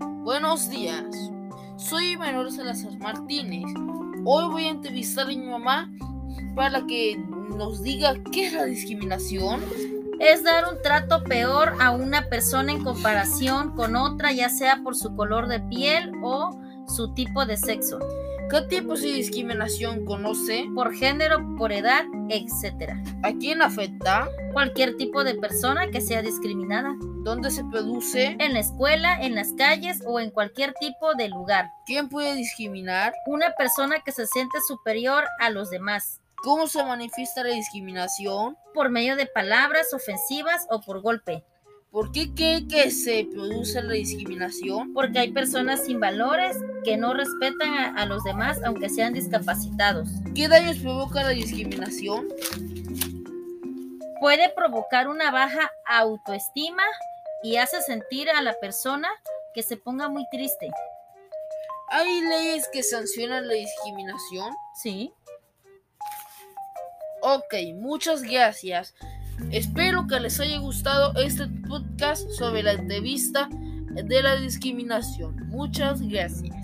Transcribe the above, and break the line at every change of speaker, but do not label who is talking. Buenos días, soy Manuel Salazar Martínez. Hoy voy a entrevistar a mi mamá para que nos diga qué es la discriminación.
Es dar un trato peor a una persona en comparación con otra, ya sea por su color de piel o su tipo de sexo,
¿Qué tipos de discriminación conoce?
por género, por edad, etc.
¿A quién afecta?
Cualquier tipo de persona que sea discriminada,
¿Dónde se produce?
en la escuela, en las calles o en cualquier tipo de lugar.
¿Quién puede discriminar?
Una persona que se siente superior a los demás,
¿Cómo se manifiesta la discriminación?
por medio de palabras ofensivas o por golpe,
¿Por qué cree que se produce la discriminación?
porque hay personas sin valores que no respetan a, a los demás aunque sean discapacitados.
¿Qué daños provoca la discriminación?
puede provocar una baja autoestima y hace sentir a la persona que se ponga muy triste.
¿Hay leyes que sancionan la discriminación?
Sí.
Ok, muchas gracias. Espero que les haya gustado este podcast sobre la entrevista de la discriminación. Muchas gracias.